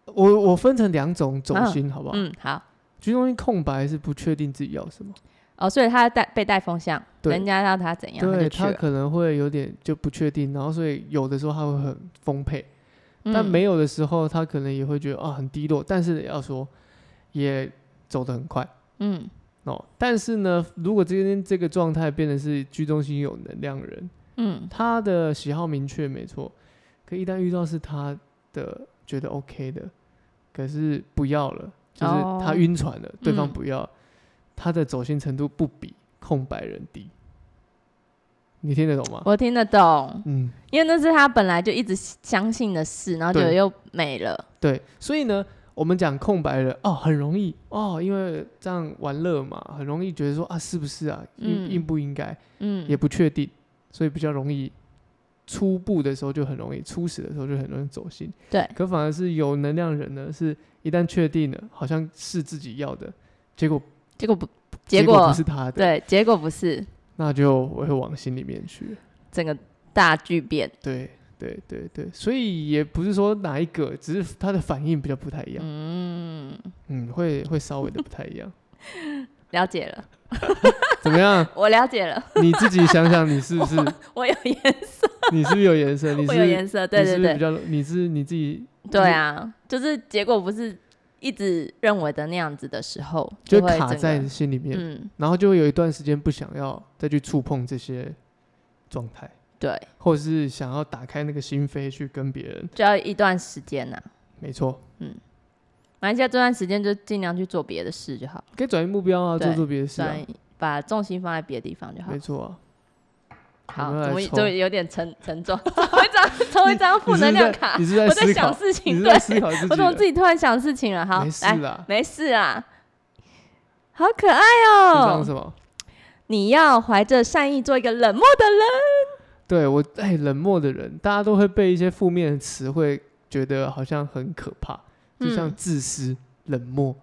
Speaker 1: 我我分成两种走
Speaker 2: 嗯
Speaker 1: 心，好不好？
Speaker 2: 嗯，好。
Speaker 1: 居中心空白是不确定自己要什么。
Speaker 2: 哦，所以他带被带风向，
Speaker 1: 对
Speaker 2: 人家要他怎样，他
Speaker 1: 对
Speaker 2: 就去
Speaker 1: 他
Speaker 2: 了。
Speaker 1: 可能会有点就不确定，然后所以有的时候他会很丰沛，但
Speaker 2: 嗯
Speaker 1: 没有的时候他可能也会觉得啊很低落，但是要说也走得很快
Speaker 2: 嗯
Speaker 1: 哦。但是呢，如果今天这个状态变得是居中心有能量人，
Speaker 2: 嗯
Speaker 1: 他的喜好明确没错，可一旦遇到是他的觉得 OK 的，可是不要了，就是
Speaker 2: 哦
Speaker 1: 他晕船了，对方
Speaker 2: 嗯
Speaker 1: 不要，他的走心程度不比空白人低。你听得懂吗？
Speaker 2: 我听得懂，
Speaker 1: 嗯，
Speaker 2: 因为那是他本来就一直相信的事，然后就
Speaker 1: 对
Speaker 2: 又没了。
Speaker 1: 对，所以呢，我们讲空白人哦，很容易哦，因为这样玩乐嘛，很容易觉得说啊，是不是啊，应
Speaker 2: 嗯
Speaker 1: 应不应该，
Speaker 2: 嗯
Speaker 1: 也不确定，所以比较容易初步的时候就很容易，初始的时候就很容易走心。
Speaker 2: 对，
Speaker 1: 可反而是有能量人呢，是一旦确定了，好像是自己要的，结果
Speaker 2: 结果不，
Speaker 1: 结
Speaker 2: 结果
Speaker 1: 不是他的，，
Speaker 2: 对，结果不是
Speaker 1: 那就我会往心里面去。
Speaker 2: 整个大巨变。
Speaker 1: 对对对对，所以也不是说哪一个，只是他的反应比较不太一样，
Speaker 2: 嗯，
Speaker 1: 嗯，会会稍微的不太一样。
Speaker 2: 了解了，
Speaker 1: 怎么样？
Speaker 2: 我了解了，
Speaker 1: 你自己想想，你是 不是
Speaker 2: 我有颜，
Speaker 1: 你是不是有颜色？你是
Speaker 2: 我有颜色，对对
Speaker 1: 你是不是比
Speaker 2: 对，
Speaker 1: 较你是你自己
Speaker 2: 对啊，就是结果不是一直认为的那样子的时候，
Speaker 1: 就
Speaker 2: 会
Speaker 1: 卡
Speaker 2: 整
Speaker 1: 在
Speaker 2: 个
Speaker 1: 心里面，
Speaker 2: 嗯，
Speaker 1: 然后就会有一段时间不想要再去触碰这些状态，
Speaker 2: 对，
Speaker 1: 或者是想要打开那个心扉去跟别人。
Speaker 2: 就要一段时间呐、
Speaker 1: 没错，
Speaker 2: 马来西亚这段时间就尽量去做别的事就好，
Speaker 1: 可以转移目标啊，
Speaker 2: 对
Speaker 1: 做做别的事啊
Speaker 2: 转，移把重心放在别的地方就好
Speaker 1: 没。错啊。
Speaker 2: 好
Speaker 1: 我们，来
Speaker 2: 怎么
Speaker 1: 抽
Speaker 2: 怎么有 点沉沉重？ 抽一张，抽一张负能量卡
Speaker 1: 你。是在
Speaker 2: 我
Speaker 1: 你
Speaker 2: 在
Speaker 1: 是在思
Speaker 2: 想
Speaker 1: 考，
Speaker 2: 事
Speaker 1: 你
Speaker 2: 情，
Speaker 1: 是
Speaker 2: 对
Speaker 1: 在，思考自己的，
Speaker 2: 我怎么自己突然想事情了？好，
Speaker 1: 没事
Speaker 2: 来，哦
Speaker 1: 啦。
Speaker 2: 没事啦，好可爱
Speaker 1: 这张
Speaker 2: 哦
Speaker 1: 是！什么？
Speaker 2: 你要怀着善意做一个冷漠的人。
Speaker 1: 对我，哎，冷漠的人，大家都会被一些负面的词汇觉得好像很可怕，就像
Speaker 2: 嗯
Speaker 1: 自私、冷漠，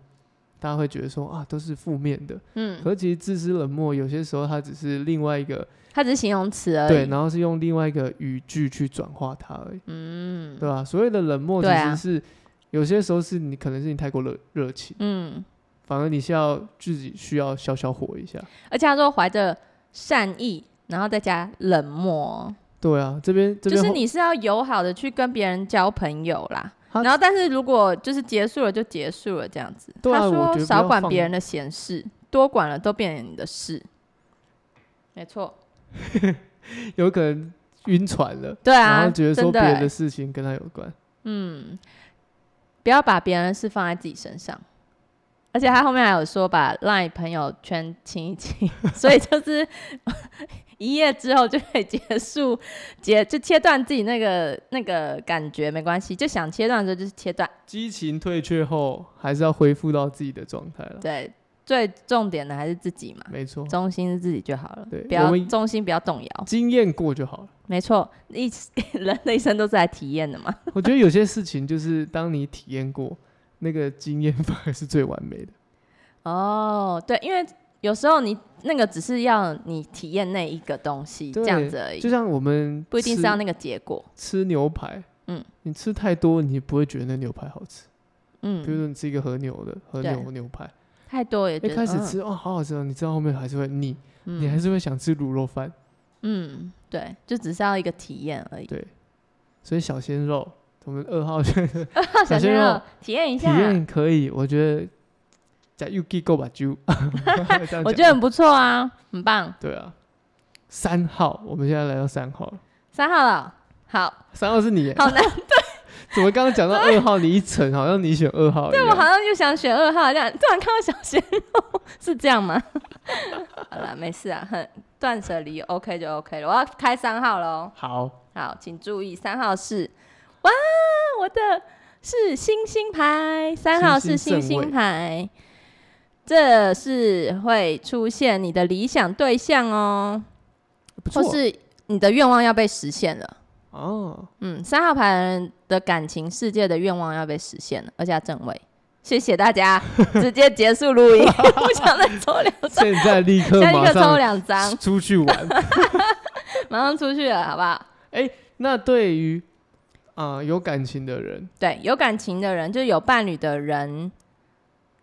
Speaker 1: 大家会觉得说啊，都是负面的。
Speaker 2: 嗯，
Speaker 1: 可是其实自私、冷漠，有些时候它只是另外一个
Speaker 2: 它只是形容词而
Speaker 1: 对，
Speaker 2: 已。
Speaker 1: 然后是用另外一个语句去转化它而已，
Speaker 2: 嗯
Speaker 1: 对吧？所谓的冷漠，其
Speaker 2: 对啊
Speaker 1: 实是、有些时候是你可能是你太过热热情，
Speaker 2: 嗯，
Speaker 1: 反而你是要自己需要消消火一下。
Speaker 2: 而且他说怀着善意，然后再加冷漠，
Speaker 1: 对啊，这边这
Speaker 2: 就
Speaker 1: 边
Speaker 2: 是
Speaker 1: 后
Speaker 2: 你是要友好的去跟别人交朋友啦。
Speaker 1: 他
Speaker 2: 然后，但是如果就是结束了就结束了这样子。
Speaker 1: 对啊
Speaker 2: 他
Speaker 1: 我觉
Speaker 2: 说
Speaker 1: 得不
Speaker 2: 少
Speaker 1: 要
Speaker 2: 管
Speaker 1: 放
Speaker 2: 别人的闲事，多管了都变成你的事。没错，
Speaker 1: 有可能晕船了。
Speaker 2: 对
Speaker 1: 然
Speaker 2: 啊，
Speaker 1: 后觉得说
Speaker 2: 真
Speaker 1: 别
Speaker 2: 的
Speaker 1: 人的
Speaker 2: 欸，
Speaker 1: 事情跟他有关，
Speaker 2: 嗯，不要把别人的事放在自己身上。而且他后面还有说把 LINE 朋友圈清 一清，所以就是一夜之后就可以结束，结就切断自己那个那个感觉，没关系，就想切断的时候就是切断。
Speaker 1: 激情退却后，还是要恢复到自己的状态了。
Speaker 2: 对，最重点的还是自己嘛，
Speaker 1: 没错，
Speaker 2: 中心是自己就好了
Speaker 1: 哦对，
Speaker 2: 不
Speaker 1: 我
Speaker 2: 要
Speaker 1: 们
Speaker 2: 中心不要动摇。
Speaker 1: 经验过就好了。
Speaker 2: 没错，一 人的一生都是来体验的嘛。
Speaker 1: 我觉得有些事情就是当你体验过，那个经验反而是最完美的。
Speaker 2: 哦，对，因为有时候你那个只是要你体验那一个东西
Speaker 1: 对
Speaker 2: 这样子而已
Speaker 1: 就，像我们
Speaker 2: 不一定
Speaker 1: 吃
Speaker 2: 是要那个结果。
Speaker 1: 吃牛排，
Speaker 2: 嗯，
Speaker 1: 你吃太多，你不会觉得那牛排好吃。比如
Speaker 2: 嗯，
Speaker 1: 说你吃一个和牛的和
Speaker 2: 对
Speaker 1: 牛牛排，
Speaker 2: 太多也觉
Speaker 1: 一
Speaker 2: 得
Speaker 1: 开始吃、哦好好吃哦，你知道后面还是会腻，
Speaker 2: 嗯
Speaker 1: 你还是会想吃卤肉饭。
Speaker 2: 嗯，对，就只是要一个体验而已。
Speaker 1: 对，所以小鲜肉，我们二号选的小鲜
Speaker 2: 小鲜
Speaker 1: 肉
Speaker 2: 肉体验一
Speaker 1: 体
Speaker 2: 下，
Speaker 1: 验可以，我觉得加 Yuki 够吧 就，这样
Speaker 2: 我
Speaker 1: 讲
Speaker 2: 觉得很不错啊，很棒。
Speaker 1: 对啊。三号，我们现在来到三号了，
Speaker 2: 三号了，好
Speaker 1: 三号是你耶，
Speaker 2: 好难，
Speaker 1: 怎么刚刚讲到二号，你一层好像你选二号一
Speaker 2: 对我好
Speaker 1: 样。
Speaker 2: 像又想选二号，这样突然看到小鲜肉， 是这样吗？好了，没事啊，很断舍离，OK 就 OK 了。我要开三号喽。
Speaker 1: 好，
Speaker 2: 好，请注意，三号是哇，我的是星星牌，三号是
Speaker 1: 星
Speaker 2: 星
Speaker 1: 星正位
Speaker 2: 星牌，这是会出现你的理想对象哦，
Speaker 1: 不错
Speaker 2: 或是你的愿望要被实现了。
Speaker 1: 哦，
Speaker 2: 嗯，三号牌的人的感情世界的愿望要被实现了，而且要正位。谢谢大 家，直接结束录音， 不想再抽两张，
Speaker 1: 现在立刻
Speaker 2: 再立
Speaker 1: 马
Speaker 2: 刻抽
Speaker 1: 上
Speaker 2: 两张，
Speaker 1: 出去玩。
Speaker 2: 马上出去了，好不好？
Speaker 1: 那对于啊、呃有感情的人，
Speaker 2: 对，有感情的人，就是有伴侣的人，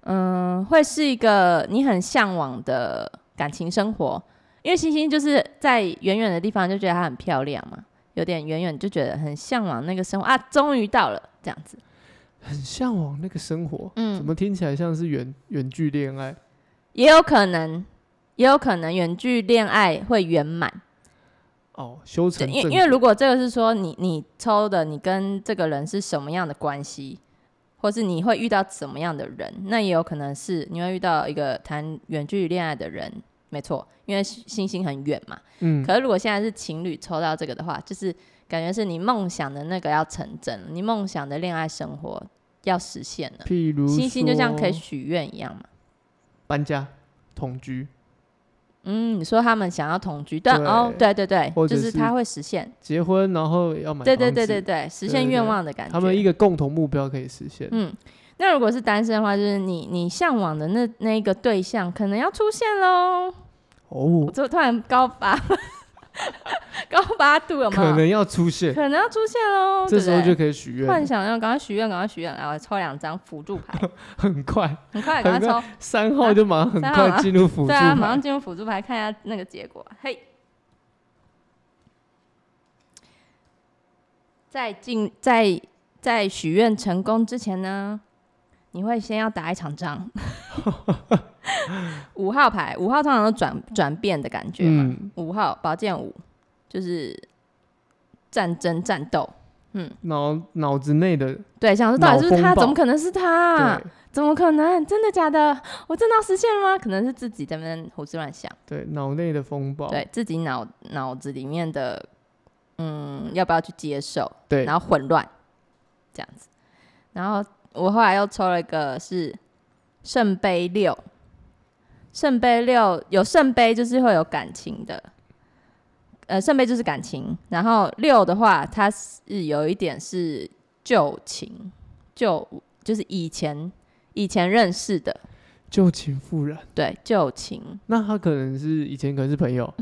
Speaker 2: 嗯，会是一个你很向往的感情生活。因为星星就是在远远的地方就觉得她很漂亮嘛，有点远远就觉得很向往那个生活啊，终于到了这样子。
Speaker 1: 很向往那个生活，怎
Speaker 2: 嗯，
Speaker 1: 么听起来像是远远距恋爱？
Speaker 2: 也有可能，也有可能远距恋爱会圆满。
Speaker 1: 哦，修成
Speaker 2: 对，因
Speaker 1: 正
Speaker 2: 为因为如果这个是说你你抽的，你跟这个人是什么样的关系，或是你会遇到什么样的人，那也有可能是你会遇到一个谈远距离恋爱的人，没错，因为星星很远嘛。
Speaker 1: 嗯，
Speaker 2: 可是如果现在是情侣抽到这个的话，就是感觉是你梦想的那个要成真了，你梦想的恋爱生活要实现了。
Speaker 1: 譬如
Speaker 2: 星星就像可以
Speaker 1: 说
Speaker 2: 许愿一样嘛。
Speaker 1: 搬家、同居，
Speaker 2: 嗯，你说他们想要同居，但
Speaker 1: 对
Speaker 2: 哦，对对对
Speaker 1: 或，者
Speaker 2: 就是
Speaker 1: 是
Speaker 2: 他会实现，
Speaker 1: 结婚，然后要买
Speaker 2: 对对
Speaker 1: 房
Speaker 2: 对
Speaker 1: 子
Speaker 2: 对对，实
Speaker 1: 对
Speaker 2: 现
Speaker 1: 对
Speaker 2: 愿
Speaker 1: 对
Speaker 2: 望的感觉。
Speaker 1: 他们一个共同目标可以实现。
Speaker 2: 嗯，那如果是单身的话，就是你你向往的那那一个对象可能要出现喽。我
Speaker 1: 哦，
Speaker 2: 就突然高八 高八度了
Speaker 1: 可
Speaker 2: 嘛，
Speaker 1: 能要出 现，
Speaker 2: 可能要出现喽。
Speaker 1: 这时候就
Speaker 2: 对不
Speaker 1: 可以许
Speaker 2: 对
Speaker 1: 愿
Speaker 2: 幻
Speaker 1: 了，
Speaker 2: 想要赶快许愿，赶快许愿，然后抽两张辅助牌，
Speaker 1: 很快，
Speaker 2: 很快赶
Speaker 1: 很
Speaker 2: 快抽
Speaker 1: 快。，三号就马上很
Speaker 2: 三号
Speaker 1: 快
Speaker 2: 啊
Speaker 1: 进入辅助
Speaker 2: 对啊，
Speaker 1: 牌
Speaker 2: 马上，进入辅助牌，看一下那个结果。嘿，在进在在许愿成功之前呢，你会先要打一场 仗。五号牌，五号通常都转转变的感觉嘛。
Speaker 1: 嗯，
Speaker 2: 五、号宝剑五就是战争战斗，
Speaker 1: 脑脑子内的
Speaker 2: 对，想说到底是不是
Speaker 1: 脑风
Speaker 2: 他？
Speaker 1: 暴
Speaker 2: 怎么可能是他啊、
Speaker 1: 对
Speaker 2: 怎么可能？真的假的？我真的要实现了吗？可能是自己在那边胡思乱想。
Speaker 1: 对脑内的风暴，
Speaker 2: 对自己脑脑子里面的，嗯，要不要去接受，
Speaker 1: 对
Speaker 2: 然后混乱这样子。然后我后来又抽了一个是圣杯六，圣杯六有圣杯就是会有感情的，呃，圣杯就是感情，然后六的话它是有一点是旧情，旧就是以前以前认识的，
Speaker 1: 旧情复燃。
Speaker 2: 对旧情，
Speaker 1: 那他可能是以前可能是朋友，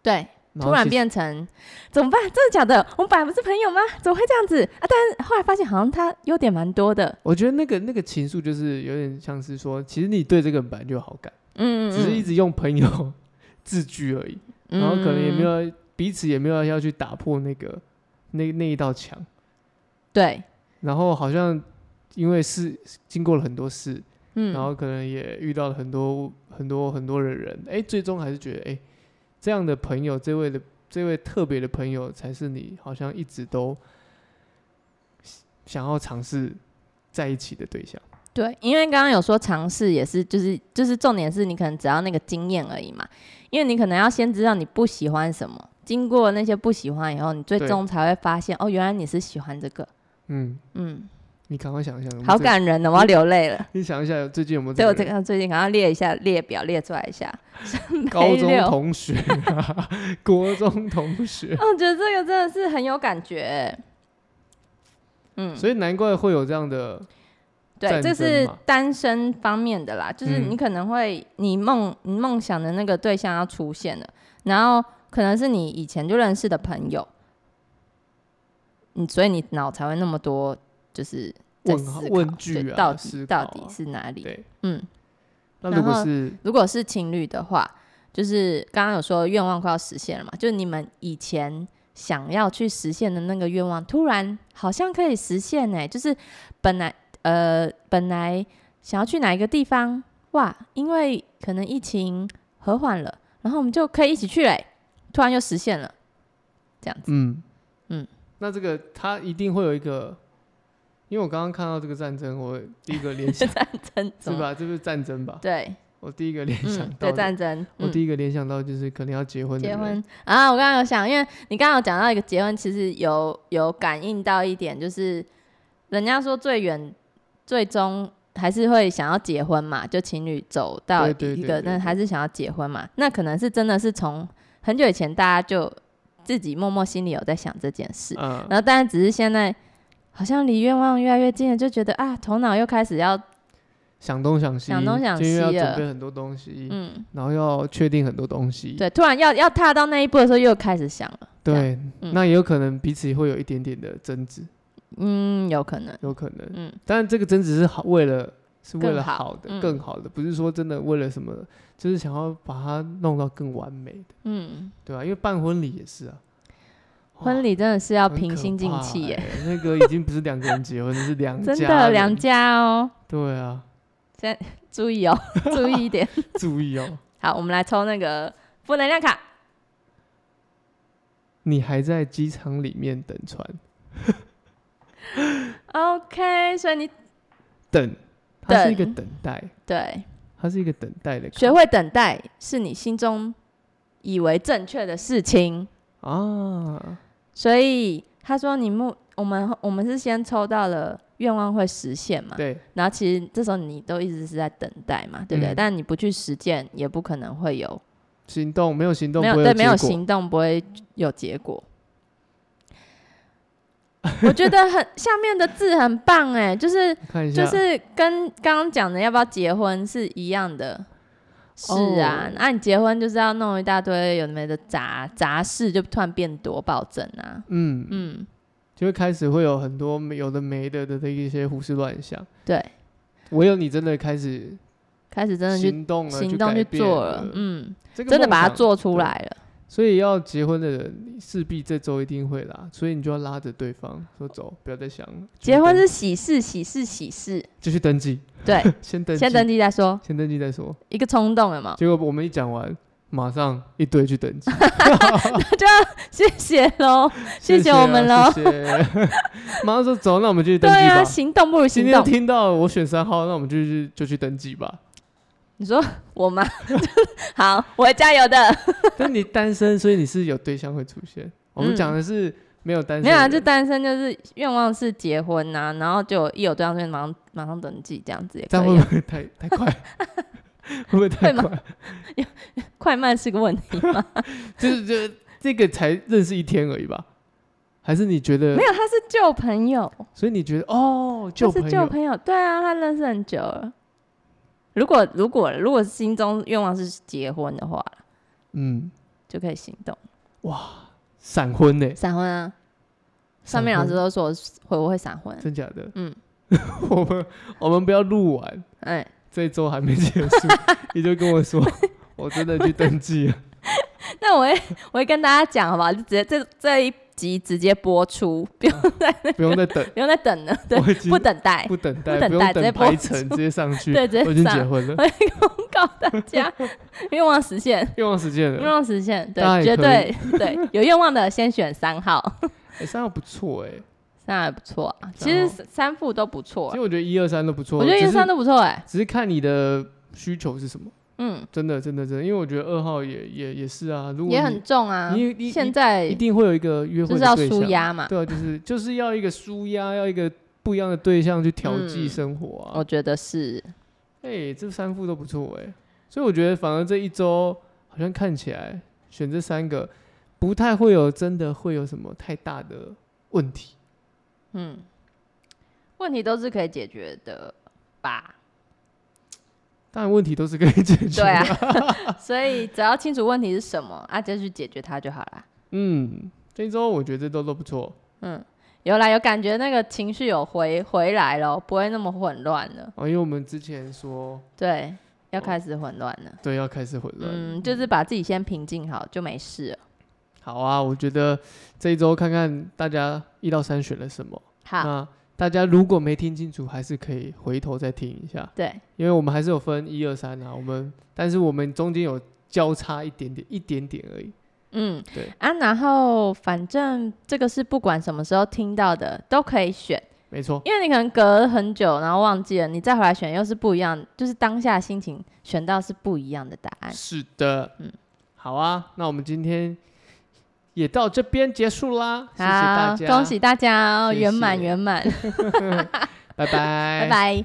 Speaker 2: 对
Speaker 1: 然后
Speaker 2: 嗯突然
Speaker 1: 其实
Speaker 2: 变成怎么办？真的假的？我们本来不是朋友吗？怎么会这样子啊？但是后来发现好像他优点蛮多的，
Speaker 1: 我觉得那个那个情愫就是有点像是说，其实你对这个人本来就有好感，
Speaker 2: 嗯，
Speaker 1: 只是一直用朋友 自居而已，
Speaker 2: 嗯
Speaker 1: 然后可能也没有彼此也没有要去打破那个那那一道墙，
Speaker 2: 对，
Speaker 1: 然后好像因为事经过了很多事，
Speaker 2: 嗯，
Speaker 1: 然后可能也遇到了很多很多很多的人，哎、最终还是觉得哎、这样的朋友，这位的这位特别的朋友才是你好像一直都想要尝试在一起的对象。
Speaker 2: 对，因为刚刚有说尝试也是，就是就是重点是你可能只要那个经验而已嘛，因为你可能要先知道你不喜欢什么，经过那些不喜欢以后，你最
Speaker 1: 对
Speaker 2: 终才会发现哦，原来你是喜欢这个，
Speaker 1: 嗯，
Speaker 2: 嗯，
Speaker 1: 你赶快想一想，我们
Speaker 2: 好
Speaker 1: 这，
Speaker 2: 感人的，我要流泪了。
Speaker 1: 你想一下最近有没有
Speaker 2: 对我这
Speaker 1: 个
Speaker 2: 个最近可能要列一下列表，列出来一下。
Speaker 1: 高中
Speaker 2: 六
Speaker 1: 同学、 啊、国中同学，
Speaker 2: 哦，我觉得这个真的是很有感觉。欸嗯，
Speaker 1: 所以难怪会有这样的
Speaker 2: 对，
Speaker 1: 战
Speaker 2: 这
Speaker 1: 争
Speaker 2: 是
Speaker 1: 嘛
Speaker 2: 单身方面的啦，就是
Speaker 1: 嗯
Speaker 2: 你可能会你梦你梦想的那个对象要出现了，然后可能是你以前就认识的朋友，你所以你脑才会那么多就是在
Speaker 1: 问
Speaker 2: 思
Speaker 1: 号
Speaker 2: 考
Speaker 1: 问
Speaker 2: 对
Speaker 1: 句啊，
Speaker 2: 到底
Speaker 1: 思
Speaker 2: 到
Speaker 1: 考
Speaker 2: 底
Speaker 1: 啊
Speaker 2: 是哪里？
Speaker 1: 对。
Speaker 2: 嗯，
Speaker 1: 那
Speaker 2: 然
Speaker 1: 如果
Speaker 2: 后
Speaker 1: 是
Speaker 2: 如果是情侣的话，就是刚刚有说愿望快要实现了嘛，就是你们以前想要去实现的那个愿望，突然好像可以实现呢、就是本来呃本来想要去哪一个地方，哇，因为可能疫情和缓了，然后我们就可以一起去嘞、突然又实现了， 这样子，
Speaker 1: 嗯
Speaker 2: 嗯，
Speaker 1: 那这个他一定会有一个，因为我刚刚看到这个战争，我第一个联 想
Speaker 2: 战争
Speaker 1: 是？吧？这不是战争吧？
Speaker 2: 对，
Speaker 1: 我第一个联想
Speaker 2: 嗯，
Speaker 1: 到
Speaker 2: 对
Speaker 1: 的，
Speaker 2: 战争，
Speaker 1: 我
Speaker 2: 嗯
Speaker 1: 第一个联想到就是可能要结婚的
Speaker 2: 结
Speaker 1: 人，
Speaker 2: 婚啊！我刚刚有想，因为你刚刚有讲到一个结婚，其实有有感应到一点，就是人家说最远最终还是会想要结婚嘛，就情侣走到
Speaker 1: 对对
Speaker 2: 一
Speaker 1: 对
Speaker 2: 个，
Speaker 1: 对对
Speaker 2: 但还是想要结婚嘛。那可能是真的是从很久以前大家就自己默默心里有在想这件事，
Speaker 1: 嗯，
Speaker 2: 然后但是只是现在好像离愿望越来越近了，就觉得啊，头脑又开始要
Speaker 1: 想东想西，
Speaker 2: 想东想西
Speaker 1: 因为要
Speaker 2: 了
Speaker 1: 准备很多东西，
Speaker 2: 嗯，
Speaker 1: 然后要确定很多东西，
Speaker 2: 对，突然要要踏到那一步的时候，又开始想了，
Speaker 1: 对，
Speaker 2: 嗯
Speaker 1: 那也有可能彼此会有一点点的争执，
Speaker 2: 嗯，有可能，
Speaker 1: 有可能，
Speaker 2: 嗯。
Speaker 1: 但这个争执是好为了。是为
Speaker 2: 更
Speaker 1: 了
Speaker 2: 好
Speaker 1: 好的、
Speaker 2: 嗯
Speaker 1: 更好的，不是说真的为了什么，就是想要把它弄到更完美的，
Speaker 2: 嗯
Speaker 1: 对啊，因为办婚礼也是啊，哇
Speaker 2: 婚礼真的是要
Speaker 1: 很
Speaker 2: 平
Speaker 1: 可
Speaker 2: 心静
Speaker 1: 怕
Speaker 2: 气耶，
Speaker 1: 欸那个已经不是两个人结婚，是 两
Speaker 2: 真
Speaker 1: 家
Speaker 2: 的两
Speaker 1: 人
Speaker 2: 家哦，
Speaker 1: 对啊，
Speaker 2: 注意 哦，注意一点。
Speaker 1: 注意哦，
Speaker 2: 好，我们来抽那个负能量卡，
Speaker 1: 你还在机场里面等船，
Speaker 2: OK，所以你
Speaker 1: 等，它是一个
Speaker 2: 等
Speaker 1: 等待，
Speaker 2: 对
Speaker 1: 它是一个等待的卡，
Speaker 2: 学会等待是你心中以为正确的事情，
Speaker 1: 啊，
Speaker 2: 所以他说你目我们我们是先抽到了愿望会实现嘛，
Speaker 1: 对，
Speaker 2: 然后其实这时候你都一直是在等待嘛，对不对？
Speaker 1: 嗯
Speaker 2: 但你不去实践，也不可能会有
Speaker 1: 行动没有行动
Speaker 2: 没
Speaker 1: 不
Speaker 2: 有
Speaker 1: 会
Speaker 2: 对没有
Speaker 1: 结果，
Speaker 2: 行动不会有结果。 我觉得很下面的字很棒哎，就是
Speaker 1: 看一下，
Speaker 2: 就是跟刚刚讲的要不要结婚是一样的。是啊，
Speaker 1: 哦
Speaker 2: 那、你结婚就是要弄一大堆有的没的杂杂事，就突然变多暴增啊。
Speaker 1: 嗯，
Speaker 2: 嗯，
Speaker 1: 就会开始会有很多没有的没的的的一些胡思乱想，
Speaker 2: 对，
Speaker 1: 唯有你真的开始
Speaker 2: 开始真的去
Speaker 1: 行动了，
Speaker 2: 行动
Speaker 1: 去
Speaker 2: 去
Speaker 1: 改变
Speaker 2: 做了，嗯，
Speaker 1: 这个
Speaker 2: 真的
Speaker 1: 梦
Speaker 2: 把它
Speaker 1: 想
Speaker 2: 做出
Speaker 1: 对
Speaker 2: 来了。
Speaker 1: 所以要结婚的人势必这周一定会啦，所以你就要拉着对方说走，不要再想了。
Speaker 2: 结婚
Speaker 1: 就是
Speaker 2: 喜事，喜事，喜事，
Speaker 1: 就去登记，
Speaker 2: 对，
Speaker 1: 先登记，
Speaker 2: 先登记再说，
Speaker 1: 先登记再说。
Speaker 2: 一个冲动 有没有？
Speaker 1: 结果我们一讲完，马上一堆去登记。
Speaker 2: 谢谢喽。 谢谢
Speaker 1: 啊
Speaker 2: 我们咯
Speaker 1: 谢啊谢。 马上说走，那我们就去
Speaker 2: 对
Speaker 1: 登记
Speaker 2: 啊，
Speaker 1: 吧。
Speaker 2: 行动不如
Speaker 1: 今
Speaker 2: 行
Speaker 1: 天
Speaker 2: 动。
Speaker 1: 听到我选三号，那我们就去就去登记吧。
Speaker 2: 你说我 吗？好，我会加油的。
Speaker 1: 但你单身，所以你是有对象会出现。我们
Speaker 2: 嗯
Speaker 1: 讲的是没有单身的
Speaker 2: 没有
Speaker 1: 人，
Speaker 2: 啊，就单身就是愿望是结婚呐、然后就一有对象就马上马上登记，这样子也
Speaker 1: 这
Speaker 2: 可
Speaker 1: 样会
Speaker 2: 以、啊。
Speaker 1: 不会太太快？ 会不会太
Speaker 2: 会吗
Speaker 1: 快？
Speaker 2: 快慢是个问题吗？
Speaker 1: 就是这这个才认识一天而已吧？还是你觉得
Speaker 2: 没有，他是旧朋友，
Speaker 1: 所以你觉得哦，
Speaker 2: 他
Speaker 1: 旧
Speaker 2: 是
Speaker 1: 朋
Speaker 2: 旧
Speaker 1: 友，
Speaker 2: 朋友，对啊，他认识很久了。如果如果如果心中愿望是结婚的话，
Speaker 1: 嗯，
Speaker 2: 就可以行动
Speaker 1: 闪婚呢？
Speaker 2: 闪婚啊。上面
Speaker 1: 闪
Speaker 2: 老
Speaker 1: 婚
Speaker 2: 师都说我会不会闪婚，
Speaker 1: 真假的？
Speaker 2: 嗯，
Speaker 1: 我们我们不要录完，
Speaker 2: 哎、
Speaker 1: 这一周还没结束， 你就跟我说， 我真的去登记了。
Speaker 2: 那我会 我会跟大家讲，好不好？就直接这这一集直接播出，不用
Speaker 1: 不用再 等，
Speaker 2: 不用再等了，对，
Speaker 1: 我已经
Speaker 2: 不等待，
Speaker 1: 不等待，
Speaker 2: 等
Speaker 1: 不用
Speaker 2: 待直接
Speaker 1: 等
Speaker 2: 播
Speaker 1: 排程，直接上去。
Speaker 2: 对直接
Speaker 1: 我已经结
Speaker 2: 上
Speaker 1: 婚 了，
Speaker 2: 我会公告大家 愿望实现，
Speaker 1: 愿望实现
Speaker 2: 愿
Speaker 1: 了。
Speaker 2: 望实现，
Speaker 1: 大家也
Speaker 2: 对，绝
Speaker 1: 可以
Speaker 2: 对对，有愿望的先选三号，
Speaker 1: 哎，三号不错哎，
Speaker 2: 三还不错啊。其
Speaker 1: 然
Speaker 2: 实
Speaker 1: 后
Speaker 2: 三三副都不错
Speaker 1: 其
Speaker 2: 欸、
Speaker 1: 实我觉得一二三都不错，
Speaker 2: 我觉得一
Speaker 1: 只是
Speaker 2: 三都不错哎、
Speaker 1: 只是看你的需求是什么，
Speaker 2: 嗯，
Speaker 1: 真的真的真的，因为我觉得二号也也也是啊，如果
Speaker 2: 也
Speaker 1: 你
Speaker 2: 很重啊
Speaker 1: 你你。
Speaker 2: 现在
Speaker 1: 一定会有一个约
Speaker 2: 就
Speaker 1: 会
Speaker 2: 是
Speaker 1: 的
Speaker 2: 要
Speaker 1: 对
Speaker 2: 舒
Speaker 1: 象，
Speaker 2: 压嘛，
Speaker 1: 对啊，就是就是要一个舒压，要一个不一样的对象去调剂
Speaker 2: 嗯
Speaker 1: 生活啊。
Speaker 2: 我觉得是。
Speaker 1: 哎、这三副都不错哎、所以我觉得反而这一周好像看起来选这三个不太会有真的会有什么太大的问题。
Speaker 2: 嗯，问题都是可以解决的 吧？
Speaker 1: 当然问题都是可以解决。
Speaker 2: 对，啊，所以只要清楚问题是什么，啊，就去解决它就好啦。
Speaker 1: 嗯，这一周我觉得这周都不错
Speaker 2: 嗯，有啦，有感觉那个情绪有回回来咯，不会那么混乱了。
Speaker 1: 啊，因为我们之前说
Speaker 2: 对，要
Speaker 1: 哦
Speaker 2: 开始混乱了。
Speaker 1: 对要开始混乱。
Speaker 2: 嗯，就是把自己先平静好，就没事了。
Speaker 1: 好啊，我觉得这一周看看大家一到三选了什么。
Speaker 2: 好，
Speaker 1: 那大家如果没听清楚，还是可以回头再听一下。
Speaker 2: 对，
Speaker 1: 因为我们还是有分一二三啊，我们但是我们中间有交叉一点点，一点点而已。
Speaker 2: 嗯，
Speaker 1: 对
Speaker 2: 啊，然后反正这个是不管什么时候听到的都可以选，
Speaker 1: 没错，
Speaker 2: 因为你可能隔了很久，然后忘记了，你再回来选又是不一样，就是当下心情选到是不一样的答案。
Speaker 1: 是的，嗯
Speaker 2: 嗯，
Speaker 1: 好啊，那我们今天也到这边结束啦，谢谢
Speaker 2: 好，
Speaker 1: 大家，
Speaker 2: 恭喜大家哦，
Speaker 1: 谢
Speaker 2: 圆满
Speaker 1: 谢
Speaker 2: 圆满，
Speaker 1: 拜拜，
Speaker 2: 拜拜。